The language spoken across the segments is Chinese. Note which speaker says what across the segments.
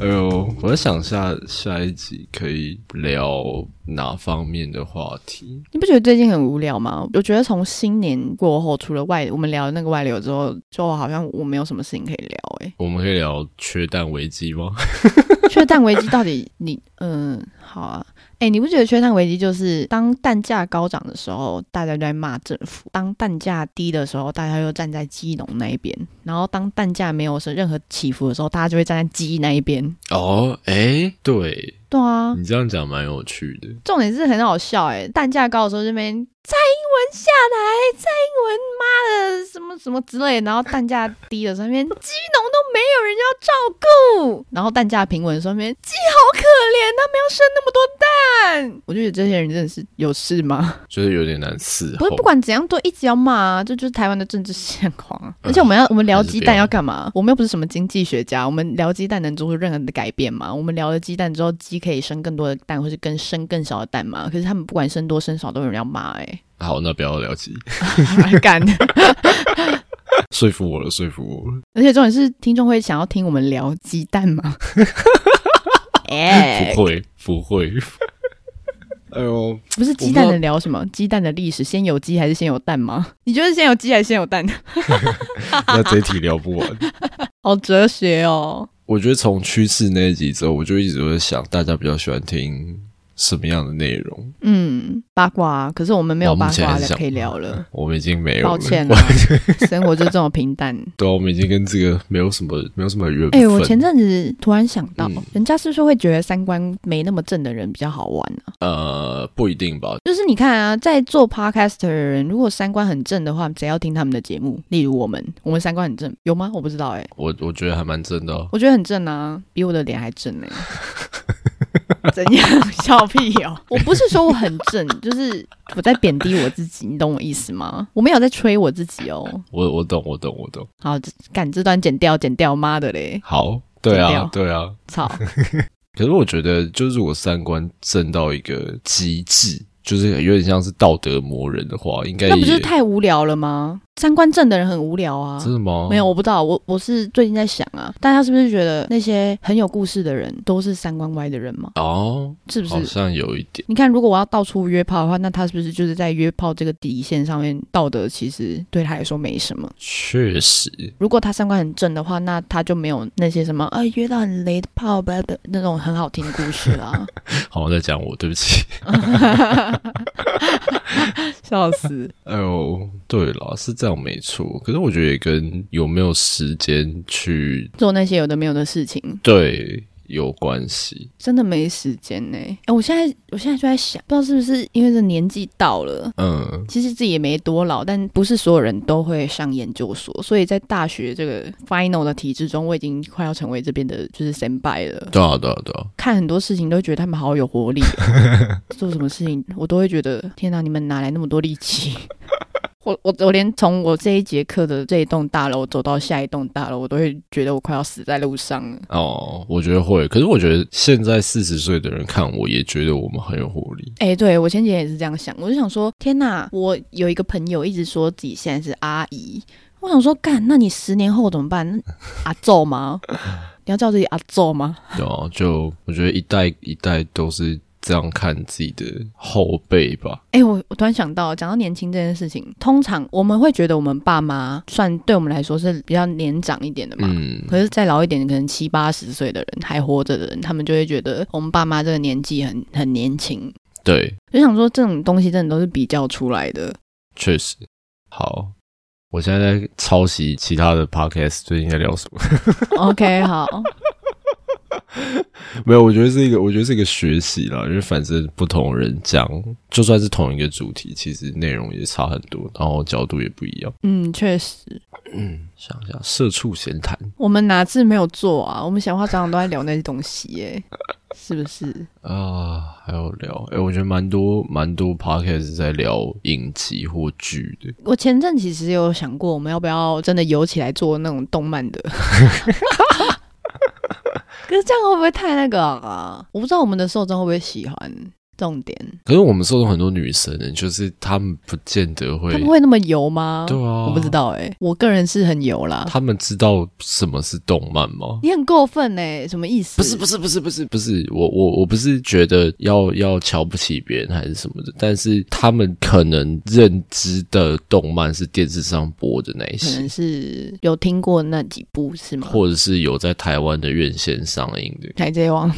Speaker 1: 哎呦，我在想下下一集可以聊哪方面的话题？
Speaker 2: 你不觉得最近很无聊吗？我觉得从新年过后，除了外我们聊那个外流之后，就好像我没有什么事情可以聊、欸。
Speaker 1: 我们可以聊缺蛋危机吗？
Speaker 2: 哎，缺蛋危机到底你 嗯好啊？哎、你不觉得缺蛋危机就是当蛋价高涨的时候，大家就在骂政府；当蛋价低的时候，大家又站在基隆那一边；然后当蛋价没有是任何起伏的时候，大家就会站在鸡那一边。
Speaker 1: 哦，哎、对
Speaker 2: 对啊，
Speaker 1: 你这样讲蛮有趣的。
Speaker 2: 重点是很好笑哎、蛋价高的时候这边蔡英文下台，蔡英文妈的什么什么之类，然后蛋价低的时候 那边基隆都没有人要照顾，然后蛋价平稳的时候那边 鸡好可怜，他们要生那么多蛋，我就觉得这些人真的是有事吗？
Speaker 1: 就是有点难伺
Speaker 2: 不
Speaker 1: 候
Speaker 2: 是，不。管怎样都一直要骂啊，这就是台湾的政治现况啊。
Speaker 1: 嗯
Speaker 2: 而且我们要我们聊
Speaker 1: 还是
Speaker 2: 鸡
Speaker 1: 不要
Speaker 2: 蛋要干嘛？我们又不是什么经济学家，我们聊鸡蛋能做出任何的改变吗？我们聊了鸡蛋之后，鸡可以生更多的蛋，或是更生更少的蛋吗？可是他们不管生多生少，都有人要骂哎、
Speaker 1: 好，那不要聊起，
Speaker 2: 欸， 干！
Speaker 1: 说服我了，说服我了。
Speaker 2: 而且重点是，听众会想要听我们聊鸡蛋吗？ 哎、
Speaker 1: 不会，不会。 哎呦，
Speaker 2: 不是鸡蛋能聊什么？鸡蛋的历史，先有鸡还是先有蛋吗？你觉得先有鸡还是先有蛋？
Speaker 1: 那这一题聊不完。
Speaker 2: 好哲学哦。
Speaker 1: 我觉得从趋势那一集之后，我就一直都在想，大家比较喜欢听什么样的内容？
Speaker 2: 嗯，八卦、啊，可是我们没有
Speaker 1: 我们
Speaker 2: 八
Speaker 1: 目前
Speaker 2: 卦
Speaker 1: 很
Speaker 2: 的
Speaker 1: 想
Speaker 2: 可以聊了，
Speaker 1: 我们已经没有了，
Speaker 2: 抱歉
Speaker 1: 我
Speaker 2: 啊，生活就这么平 淡。
Speaker 1: 对啊，我们已经跟这个没有什么没有什么缘
Speaker 2: 哎、
Speaker 1: 分。
Speaker 2: 我前阵子突然想到，
Speaker 1: 嗯
Speaker 2: 人家是不是会觉得三观没那么正的人比较好玩呢、
Speaker 1: 呃不一定吧，
Speaker 2: 就是你看啊，在做 podcast 的人，如果三观很正的话，谁要听他们的节目？例如我们，我们三观很正，有吗？我不知道哎、
Speaker 1: 我我觉得还蛮真的哦、
Speaker 2: 我觉得很正啊，比我的脸还正 呢、怎样？笑屁哦！我不是说我很正，就是我在贬低我自己，你懂我意思吗？我没有在吹我自己哦。
Speaker 1: 我我懂，我懂，我懂。
Speaker 2: 好，这赶这段剪掉，剪掉，妈的嘞！
Speaker 1: 好，对
Speaker 2: 剪
Speaker 1: 啊
Speaker 2: 掉，
Speaker 1: 对啊。
Speaker 2: 操，
Speaker 1: 可是我觉得，就是如果三观正到一个极致，就是有点像是道德磨人的话，应该
Speaker 2: 那不就是
Speaker 1: 也
Speaker 2: 太无聊了吗？三观正的人很无聊啊
Speaker 1: 真。的吗？
Speaker 2: 没有，，我不知道，我我是最近在想啊，大家是不是觉得那些很有故事的人都是三观歪的人吗？
Speaker 1: 哦，
Speaker 2: 是不
Speaker 1: 好
Speaker 2: 是？
Speaker 1: 像有一点。
Speaker 2: 你看，如果我要到处约炮的话，那他是不是就是在约炮这个底线上面，道德其实对他来说没什么？
Speaker 1: 确实，
Speaker 2: 如果他三观很正的话，那他就没有那些什么啊约到很雷的炮吧的那种很好听的故事啊 啦。
Speaker 1: 好像在讲我，对不起。
Speaker 2: 笑死！
Speaker 1: 哎呦，对了，是这样没错。可是我觉得也跟有没有时间去
Speaker 2: 做那些有的没有的事情，
Speaker 1: 对有关系。
Speaker 2: 真的没时间呢、哎、我现在我现在就在想，不知道是不是因为这年纪到了。
Speaker 1: 嗯，
Speaker 2: 其实自己也没多老，但不是所有人都会上研究所，所以在大学这个 final 的体制中，我已经快要成为这边的就是 standby 了。
Speaker 1: 对啊，对啊，对啊。
Speaker 2: 看很多事情都觉得他们好有活力哦，做什么事情我都会觉得天哪，你们哪来那么多力气？ 我我我连从我这一节课的这一栋大楼走到下一栋大楼，我都会觉得我快要死在路上了。
Speaker 1: 哦，我觉得会。可是我觉得现在四十岁的人看我也觉得我们很有活力。
Speaker 2: 哎、对我前几天也是这样想，我就想说，天哪！我有一个朋友一直说自己现在是阿姨，我想说，干，那你十年后怎么办？那阿昼吗？你要叫自己阿昼吗？
Speaker 1: 对 啊，就我觉得一代一代都是这样看自己的后辈吧。
Speaker 2: 哎、我我突然想到，讲到年轻这件事情，通常我们会觉得我们爸妈算对我们来说是比较年长一点的嘛。
Speaker 1: 嗯，
Speaker 2: 可是再老一点，可能七八十岁的人还活着的人，他们就会觉得我们爸妈这个年纪很很年轻。
Speaker 1: 对，
Speaker 2: 就想说，这种东西真的都是比较出来的。
Speaker 1: 确实。好，我现在在抄袭其他的 podcast，最近在聊什么？
Speaker 2: OK，好，
Speaker 1: 没有，我觉得是一个，我觉得是一个学习啦，因为反正不同人讲，就算是同一个主题，其实内容也差很多，然后角度也不一样。
Speaker 2: 嗯，确实。
Speaker 1: 嗯，想一下，社畜闲谈。
Speaker 2: 我们哪次没有做啊？我们闲话常常都在聊那些东西耶、是不是？
Speaker 1: 啊，还有聊，哎、我觉得蛮多蛮多 podcast 在聊影集或剧的，
Speaker 2: 我前阵其实有想过，我们要不要真的游起来做那种动漫的？ 可是这样会不会太那个啊？我不知道我们的受众会不会喜欢。重点，
Speaker 1: 可是我们受众很多女生呢，就是她们不见得会，
Speaker 2: 他们会那么油吗？
Speaker 1: 对啊，
Speaker 2: 我不知，道哎、我个人是很油啦。
Speaker 1: 她们知道什么是动漫吗？
Speaker 2: 你很过分哎、什么意思？
Speaker 1: 不是不是不是不是不是，我我我不是觉得要要瞧不起别人还是什么的，但是他们可能认知的动漫是电视上播的那一
Speaker 2: 可
Speaker 1: 些
Speaker 2: 能，是有听过那几部是吗？
Speaker 1: 或者是有在台湾的院线上映的
Speaker 2: 海贼王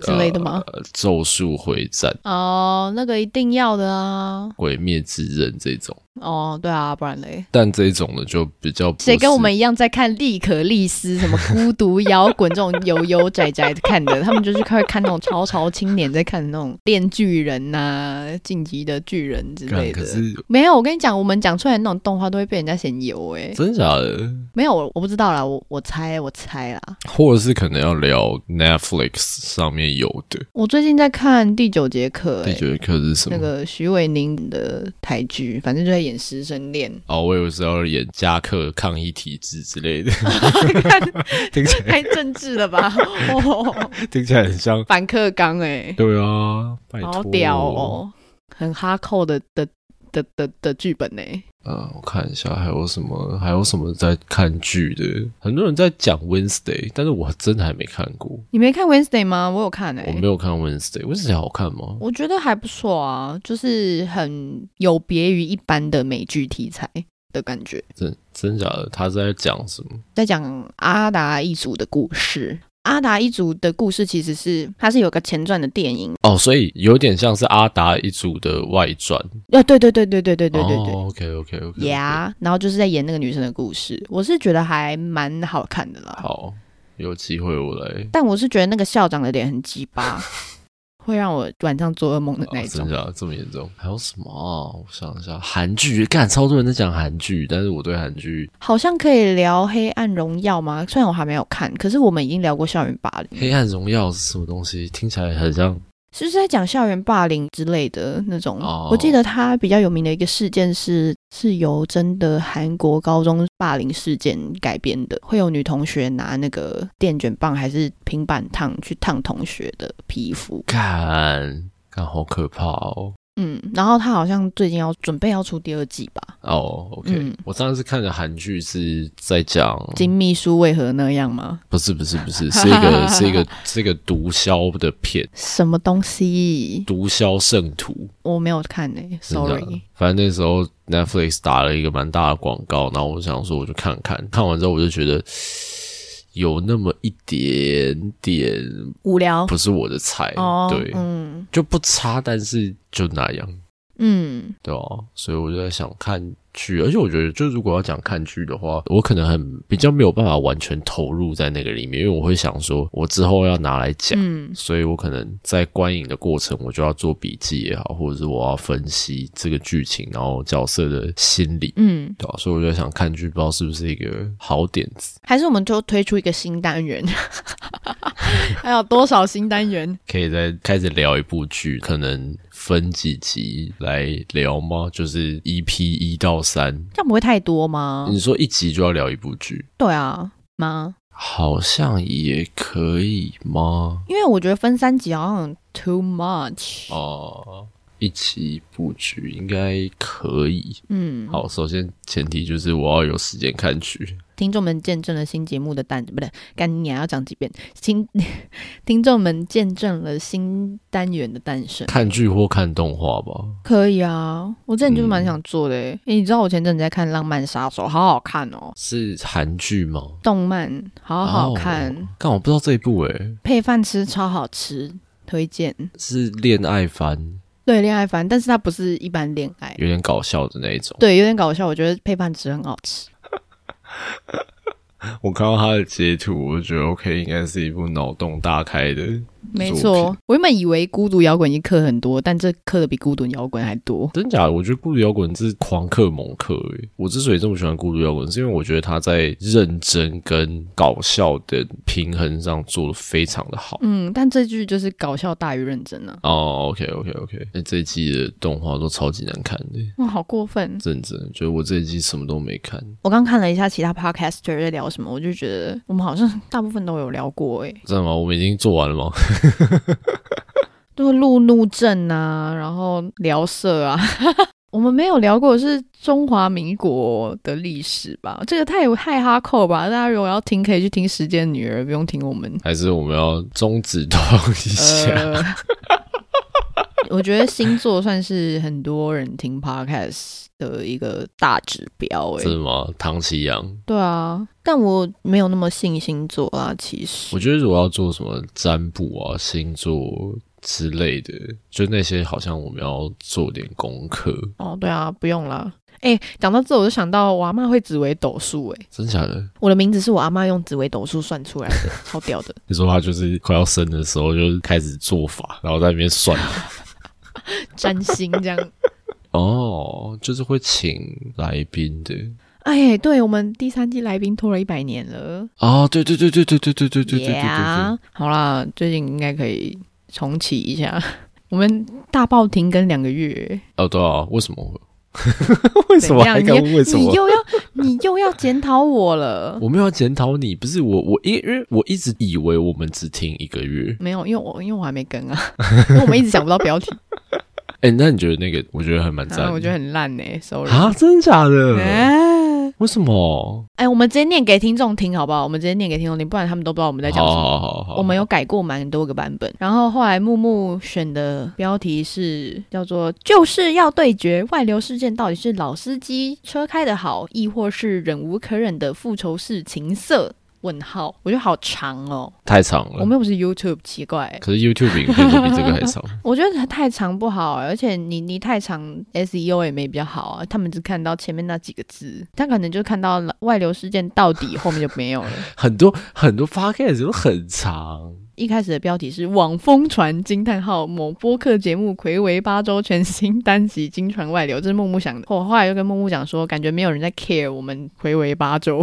Speaker 2: 之类的吗？
Speaker 1: 呃咒术回战》《
Speaker 2: 哦，那个一定要的啊！
Speaker 1: 鬼灭之刃》这种，
Speaker 2: 哦，对啊，不然嘞，
Speaker 1: 但这种的就比较不
Speaker 2: 谁跟
Speaker 1: 是
Speaker 2: 我们一样在看利可利斯什么孤独摇滚这种悠悠宅宅看的？他们就是开始看那种潮潮青年在看那种恋巨人呐、晋级的巨人之
Speaker 1: 干
Speaker 2: 类的
Speaker 1: 可。是
Speaker 2: 没有，我跟你讲，我们讲出来的那种动画都会被人家嫌油哎、
Speaker 1: 真假的，
Speaker 2: 没有，我我不知道啦，我我猜我猜啦。
Speaker 1: 或者是可能要聊 Netflix 上面有的。
Speaker 2: 我最近在看第九节课、
Speaker 1: 第
Speaker 2: 欸，
Speaker 1: 九节课是什么？
Speaker 2: 那个徐伟宁的台剧，反正就在演师生恋，
Speaker 1: 哦，我以为是要演加克抗议体制之类的， 听起来
Speaker 2: 太政治了吧？ 哦，
Speaker 1: 听起来很像。
Speaker 2: 反课纲哎，
Speaker 1: 对啊，拜托，
Speaker 2: 好屌！哦，很哈扣的的的的的剧本哎、
Speaker 1: 呃，我看一下还有什么，还有什么在看剧的？很多人在讲 Wednesday，但是我真的还没看过，
Speaker 2: 你没看 Wednesday 吗？我有看哎、
Speaker 1: 我没有看 Wednesday，Wednesday 好看吗？
Speaker 2: 我觉得还不错啊，就是很有别于一般的美剧题材的感觉。
Speaker 1: 真真假的？他在讲什么？
Speaker 2: 在讲阿达一族的故事。阿达一族的故事其实是它是有个前传的电影，
Speaker 1: 哦，所以有点像是阿达一族的外传。
Speaker 2: 呃，对对对对对对对对对。
Speaker 1: 哦、，OK OK OK，,
Speaker 2: 呀然后就是在演那个女生的故事，我是觉得还蛮好看的啦。
Speaker 1: 好，有机会我来。
Speaker 2: 但我是觉得那个校长的脸很鸡巴， 会让我晚上做噩梦的那一
Speaker 1: 哦、真
Speaker 2: 种。
Speaker 1: 假的这么严重？还有什么啊？我想一下，韩剧，干超多人在讲韩剧，但是我对韩剧
Speaker 2: 好像可以聊《黑暗荣耀》吗？虽然我还没有看，可是我们已经聊过校园霸
Speaker 1: 《
Speaker 2: 凌，
Speaker 1: 黑暗荣耀》是什么东西？听起来很像
Speaker 2: 是不是在讲校园霸凌之类的那种？
Speaker 1: 哦
Speaker 2: 我记得他比较有名的一个事件是，是由真的韩国高中霸凌事件改编的，会有女同学拿那个电卷棒还是平板烫去烫同学的皮肤。
Speaker 1: 干干好可怕哦。
Speaker 2: 嗯，然后他好像最近要准备要出第二季吧？
Speaker 1: 哦，OK，、
Speaker 2: 嗯
Speaker 1: 我上次看的韩剧是在讲，
Speaker 2: 金秘书为何那样吗？
Speaker 1: 不是不是不是，是一个是 一个是一个毒枭的片，
Speaker 2: 什么东西？
Speaker 1: 毒枭圣徒。
Speaker 2: 我没有看欸诶、s
Speaker 1: 真
Speaker 2: o
Speaker 1: 的
Speaker 2: r r y
Speaker 1: 反正那时候 Netflix 打了一个蛮大的广告，然后我想说我就看看，看完之后我就觉得有那么一点点
Speaker 2: 无聊
Speaker 1: 不是我的菜，
Speaker 2: 哦，
Speaker 1: 哎对，
Speaker 2: 嗯
Speaker 1: 就不差，但是就那样，
Speaker 2: 嗯，
Speaker 1: 对啊，所以我就在想看剧，而且我觉得就如果要讲看剧的话，我可能很比较没有办法完全投入在那个里面，因为我会想说我之后要拿来讲。
Speaker 2: 嗯
Speaker 1: 所以我可能在观影的过程，我就要做笔记也好，或者是我要分析这个剧情，然后角色的心理，
Speaker 2: 嗯，
Speaker 1: 对吧、所以我就在想，看剧不知道是不是一个好点子，
Speaker 2: 还是我们就推出一个新单 元，还有多少新单元？
Speaker 1: 可以再开始聊一部剧，可能分几集来聊吗？就是 EP 一到三，
Speaker 2: 这样不会太多吗？
Speaker 1: 你说一集就要聊一部剧，
Speaker 2: 嗯对啊，吗？
Speaker 1: 好像也可以吗？
Speaker 2: 因为我觉得分三集好像 too much。
Speaker 1: 哦、一集一部剧应该可以。
Speaker 2: 嗯，
Speaker 1: 好，首先前提就是我要有时间看剧。
Speaker 2: 听众们见证了新节目的诞，不对，干你啊还要讲几遍？新 听众们见证了新单元的诞生。
Speaker 1: 看剧或看动画吧。
Speaker 2: 可以啊，我之前就蛮想做的、欸。诶你知道我前阵子在看《浪漫杀手》，好好看哦，
Speaker 1: 是韩剧吗？
Speaker 2: 动漫好好看，
Speaker 1: 哦但我不知道这一部诶、
Speaker 2: 配饭吃超好吃，推荐。
Speaker 1: 是恋爱番，
Speaker 2: 对，恋爱番，但是它不是一般恋爱，
Speaker 1: 有点搞笑的那一种。
Speaker 2: 对，有点搞笑。我觉得配饭吃很好吃，
Speaker 1: 我看到他的截图，我觉得 OK，应该是一部脑洞大开的
Speaker 2: 没
Speaker 1: 作品
Speaker 2: 错，我原本以为孤独摇滚已经刻很多，但这刻的比孤独摇滚还多。
Speaker 1: 真假的？我觉得孤独摇滚是狂客猛客诶。我之所以这么喜欢孤独摇滚，是因为我觉得他在认真跟搞笑的平衡上做的非常的好。
Speaker 2: 嗯，但这句就是搞笑大于认真啊，
Speaker 1: 哦，OK OK OK，那这一季的动画都超级难看的，
Speaker 2: 哇，好过分！
Speaker 1: 认真，觉得我这一季什么都没看，
Speaker 2: 我刚看了一下其他 podcaster 在聊什么，我就觉得我们好像大部分都有聊过、欸，诶，
Speaker 1: 真的吗？我们已经做完了吗？
Speaker 2: 就是路怒症啊，然后聊色啊， 我们没有聊过的是中华民国的历史吧？这个太太哈扣吧？大家如果要听，可以去听《时间女儿》，不用听我们。
Speaker 1: 还是我们要终止动一下？
Speaker 2: 呃我觉得星座算是很多人听 podcast 的一个大指标、欸，
Speaker 1: 真的吗？唐奇阳，
Speaker 2: 对啊，但我没有那么信星座啦。其实
Speaker 1: 我觉得如果要做什么占卜啊、星座之类的，就那些好像我们要做点功课，
Speaker 2: 哦，对啊，不用啦。哎、讲到这，我就想到我阿妈会紫微斗数、哎，
Speaker 1: 真假的？
Speaker 2: 我的名字是我阿妈用紫微斗数算出来 的，超屌的。
Speaker 1: 你说他就是快要生的时候就开始做法，然后在那边 算
Speaker 2: 占星这样。
Speaker 1: 哦，就是会请来宾的
Speaker 2: 哎，对我们第三季来宾拖了一百年了，
Speaker 1: 哦，对对对对对对对对对对对对对，
Speaker 2: Yeah，好啦，最近应该可以重启一下。 我们大爆停更两个月，
Speaker 1: 哦对啊，为什么会？ 为什么
Speaker 2: 怎样
Speaker 1: 还敢问为什
Speaker 2: 你
Speaker 1: 么？
Speaker 2: 又要你又要检讨我了？
Speaker 1: 我没有要检讨你，不是我，我因因为我一直以为我们只听一个月。
Speaker 2: 没有，因为我因为我还没更啊， 因为我们一直想不到标题，
Speaker 1: 哎、那你觉得那个？我觉得还蛮赞的、
Speaker 2: 啊、我觉得很烂呢、s o r r y
Speaker 1: 啊，真的假的？
Speaker 2: 哎、
Speaker 1: 为什么？
Speaker 2: 哎，我们直接念给听众听好不好？我们直接念给听众听，不然他们都不知道我们在讲什么。
Speaker 1: 好好好好，
Speaker 2: 我们有改过蛮多个版本，然后后来木木选的标题是叫做“就是要对决外流事件到底是老司机车开的好，亦或是忍无可忍的复仇式情色？”问号，我觉得好长哦，
Speaker 1: 太长
Speaker 2: 我
Speaker 1: 了。
Speaker 2: 们又不是 YouTube，奇怪，
Speaker 1: 可是 YouTube 影片都比这个还 长。
Speaker 2: 我觉得太长不好，而且你你太长 SEO 也没比较好啊，他们只看到前面那几个字，他可能就看到外流事件到底，后面就没有了。
Speaker 1: 很多很多 podcast 都很长，
Speaker 2: 一开始的标题是“网疯传惊叹号某播客节目魁违八周全新单集惊传外流”，这是木木想的。我后来又跟木木讲说，感觉没有人在 care 我们魁违八 周。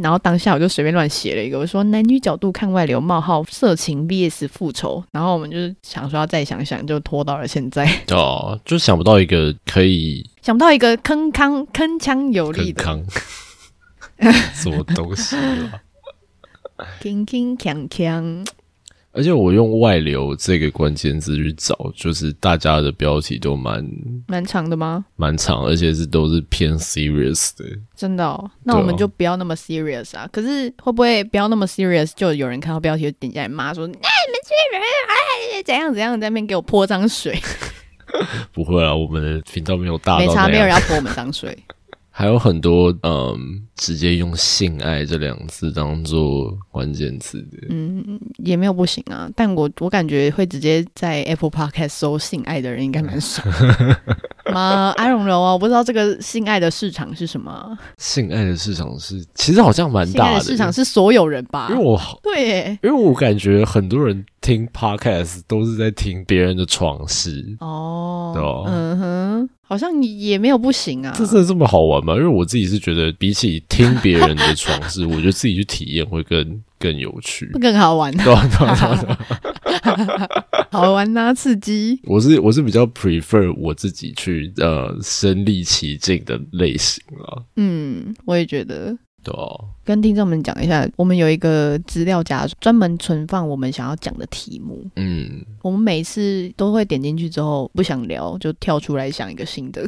Speaker 2: 然后当下我就随便乱写了一个，我说男女角度看外流冒号色情 VS 复仇，然后我们就是想说要再想想，就拖到了现在，
Speaker 1: 哦，就想不到一个可以
Speaker 2: 想不到一个铿锵铿锵有力
Speaker 1: 更
Speaker 2: 的，
Speaker 1: 康 什么东西啊？
Speaker 2: 铿铿锵锵，
Speaker 1: 而且我用“外流”这个关键字去找，就是大家的标题都蛮
Speaker 2: 蛮长的吗？
Speaker 1: 蛮长，而且是都是偏 serious 的。
Speaker 2: 真的哦，那
Speaker 1: 对啊
Speaker 2: 我们就不要那么 serious 啊。可是会不会不要那么 serious，就有人看到标题就点进来骂说：“哎，你们这些人哎，怎样怎样，在那边给我泼脏水。
Speaker 1: 不会啊，我们的频道没有”大
Speaker 2: 没
Speaker 1: 到
Speaker 2: 差，
Speaker 1: 那
Speaker 2: 没有
Speaker 1: 样。
Speaker 2: 人要泼我们脏水。
Speaker 1: 还有很多嗯，直接用性爱这两个字当做关键词的。
Speaker 2: 嗯，也没有不行啊。但我我感觉会直接在 Apple Podcast 搜性爱的人应该蛮少 的。妈，I don't know 啊，我不知道这个性爱的市场是什么啊。
Speaker 1: 性爱的市场是其实好像蛮
Speaker 2: 性爱
Speaker 1: 大
Speaker 2: 的市场是所有人吧
Speaker 1: 因为？我好
Speaker 2: 对耶，
Speaker 1: 因为我感觉很多人听 podcast 都是在听别人的床事。
Speaker 2: 哦，
Speaker 1: 对啊
Speaker 2: 嗯哼，好像也没有不行啊。
Speaker 1: 这真的这么好玩吗？因为我自己是觉得，比起听别人的床 事，我觉得自己去体验会更更有趣
Speaker 2: 不。更好玩？
Speaker 1: 对啊对啊对啊对啊
Speaker 2: 好玩呐、刺激！
Speaker 1: 我是我是比较 prefer 我自己去呃身临其境的类型啦。
Speaker 2: 嗯，我也觉得。
Speaker 1: 对啊，
Speaker 2: 跟听众们讲一下，我们有一个资料夹，专门存放我们想要讲的题目。
Speaker 1: 嗯，
Speaker 2: 我们每次都会点进去之后，不想聊就跳出来想一个新 的，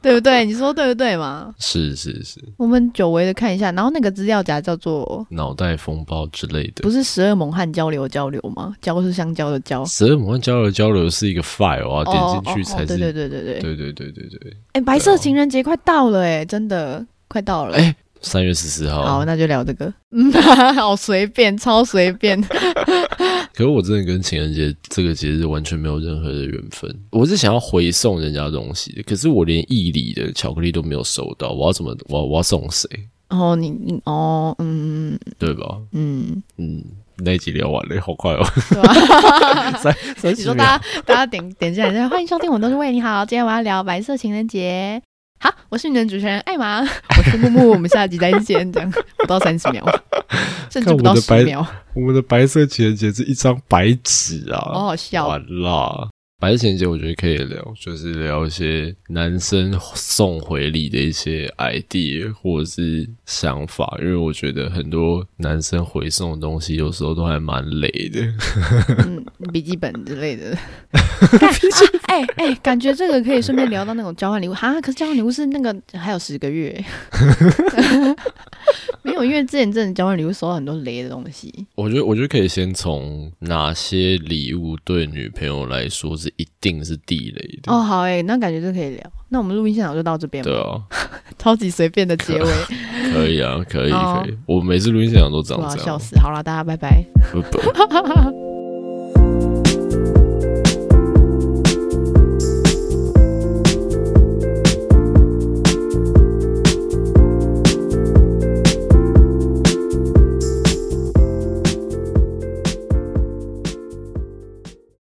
Speaker 2: 对不对？你说对不对嘛？
Speaker 1: 是是是，
Speaker 2: 我们久违的看一下，然后那个资料夹叫做
Speaker 1: 脑袋风暴之类的
Speaker 2: 不。是十二猛汉交流交流吗？交是香蕉的交，
Speaker 1: 十二魔幻交流交流是一个 file 啊，
Speaker 2: 哦
Speaker 1: 点进去才
Speaker 2: 哦哦
Speaker 1: 是。
Speaker 2: 对对对对对。
Speaker 1: 对对对对对。
Speaker 2: 哎，白色情人节快到了哎，真的快到了。
Speaker 1: 哎哦三月十四号。啊
Speaker 2: 好，那就聊这个。 嗯，好随便，超随便。
Speaker 1: 可是我真的跟情人节这个节日完全没有任何的缘分。我是想要回送人家东西的，可是我连义理的巧克力都没有收到，我要怎么，我我要送谁？
Speaker 2: 哦，你你哦，嗯
Speaker 1: 对吧？
Speaker 2: 嗯，
Speaker 1: 嗯，那一集聊完了，好快 哦，
Speaker 2: 对吧？
Speaker 1: 三三
Speaker 2: 你
Speaker 1: 十
Speaker 2: 说
Speaker 1: 秒。
Speaker 2: 大家大家点点进来，就是欢迎收听，我都是为你好。今天我要聊白色情人节。好，我是你的主持人艾玛，我是木木，我们下集再见。这样不到三 十秒，甚至不
Speaker 1: 看
Speaker 2: 到
Speaker 1: 我
Speaker 2: 十
Speaker 1: 的白
Speaker 2: 秒，
Speaker 1: 我们的白色情人节是一张白纸啊，
Speaker 2: 哦好好笑。
Speaker 1: 完啦。白色情人节我觉得可以聊，就是聊一些男生送回礼的一些 idea 或者是想法，因为我觉得很多男生回送的东西有时候都还蛮累的。
Speaker 2: 嗯，笔记本之类的。干啊哎、哎、感觉这个可以顺便聊到那种交换礼物哈。可是交换礼物是那个还有十个月， 没有，因为之前真的交换礼物收到很多雷的东西。
Speaker 1: 我觉得，我觉得可以先从哪些礼物对女朋友来说是一定是地雷的。
Speaker 2: 哦，好哎、那感觉就可以聊。那我们录音现场就到这边吧
Speaker 1: 对，啊，
Speaker 2: 超级随便的结尾，
Speaker 1: 可以啊，可以，
Speaker 2: 哦
Speaker 1: 可以。我每次录音现场都长
Speaker 2: 哇，
Speaker 1: 这啊
Speaker 2: 笑
Speaker 1: 样。
Speaker 2: 死！好了，大家拜拜。
Speaker 1: 不不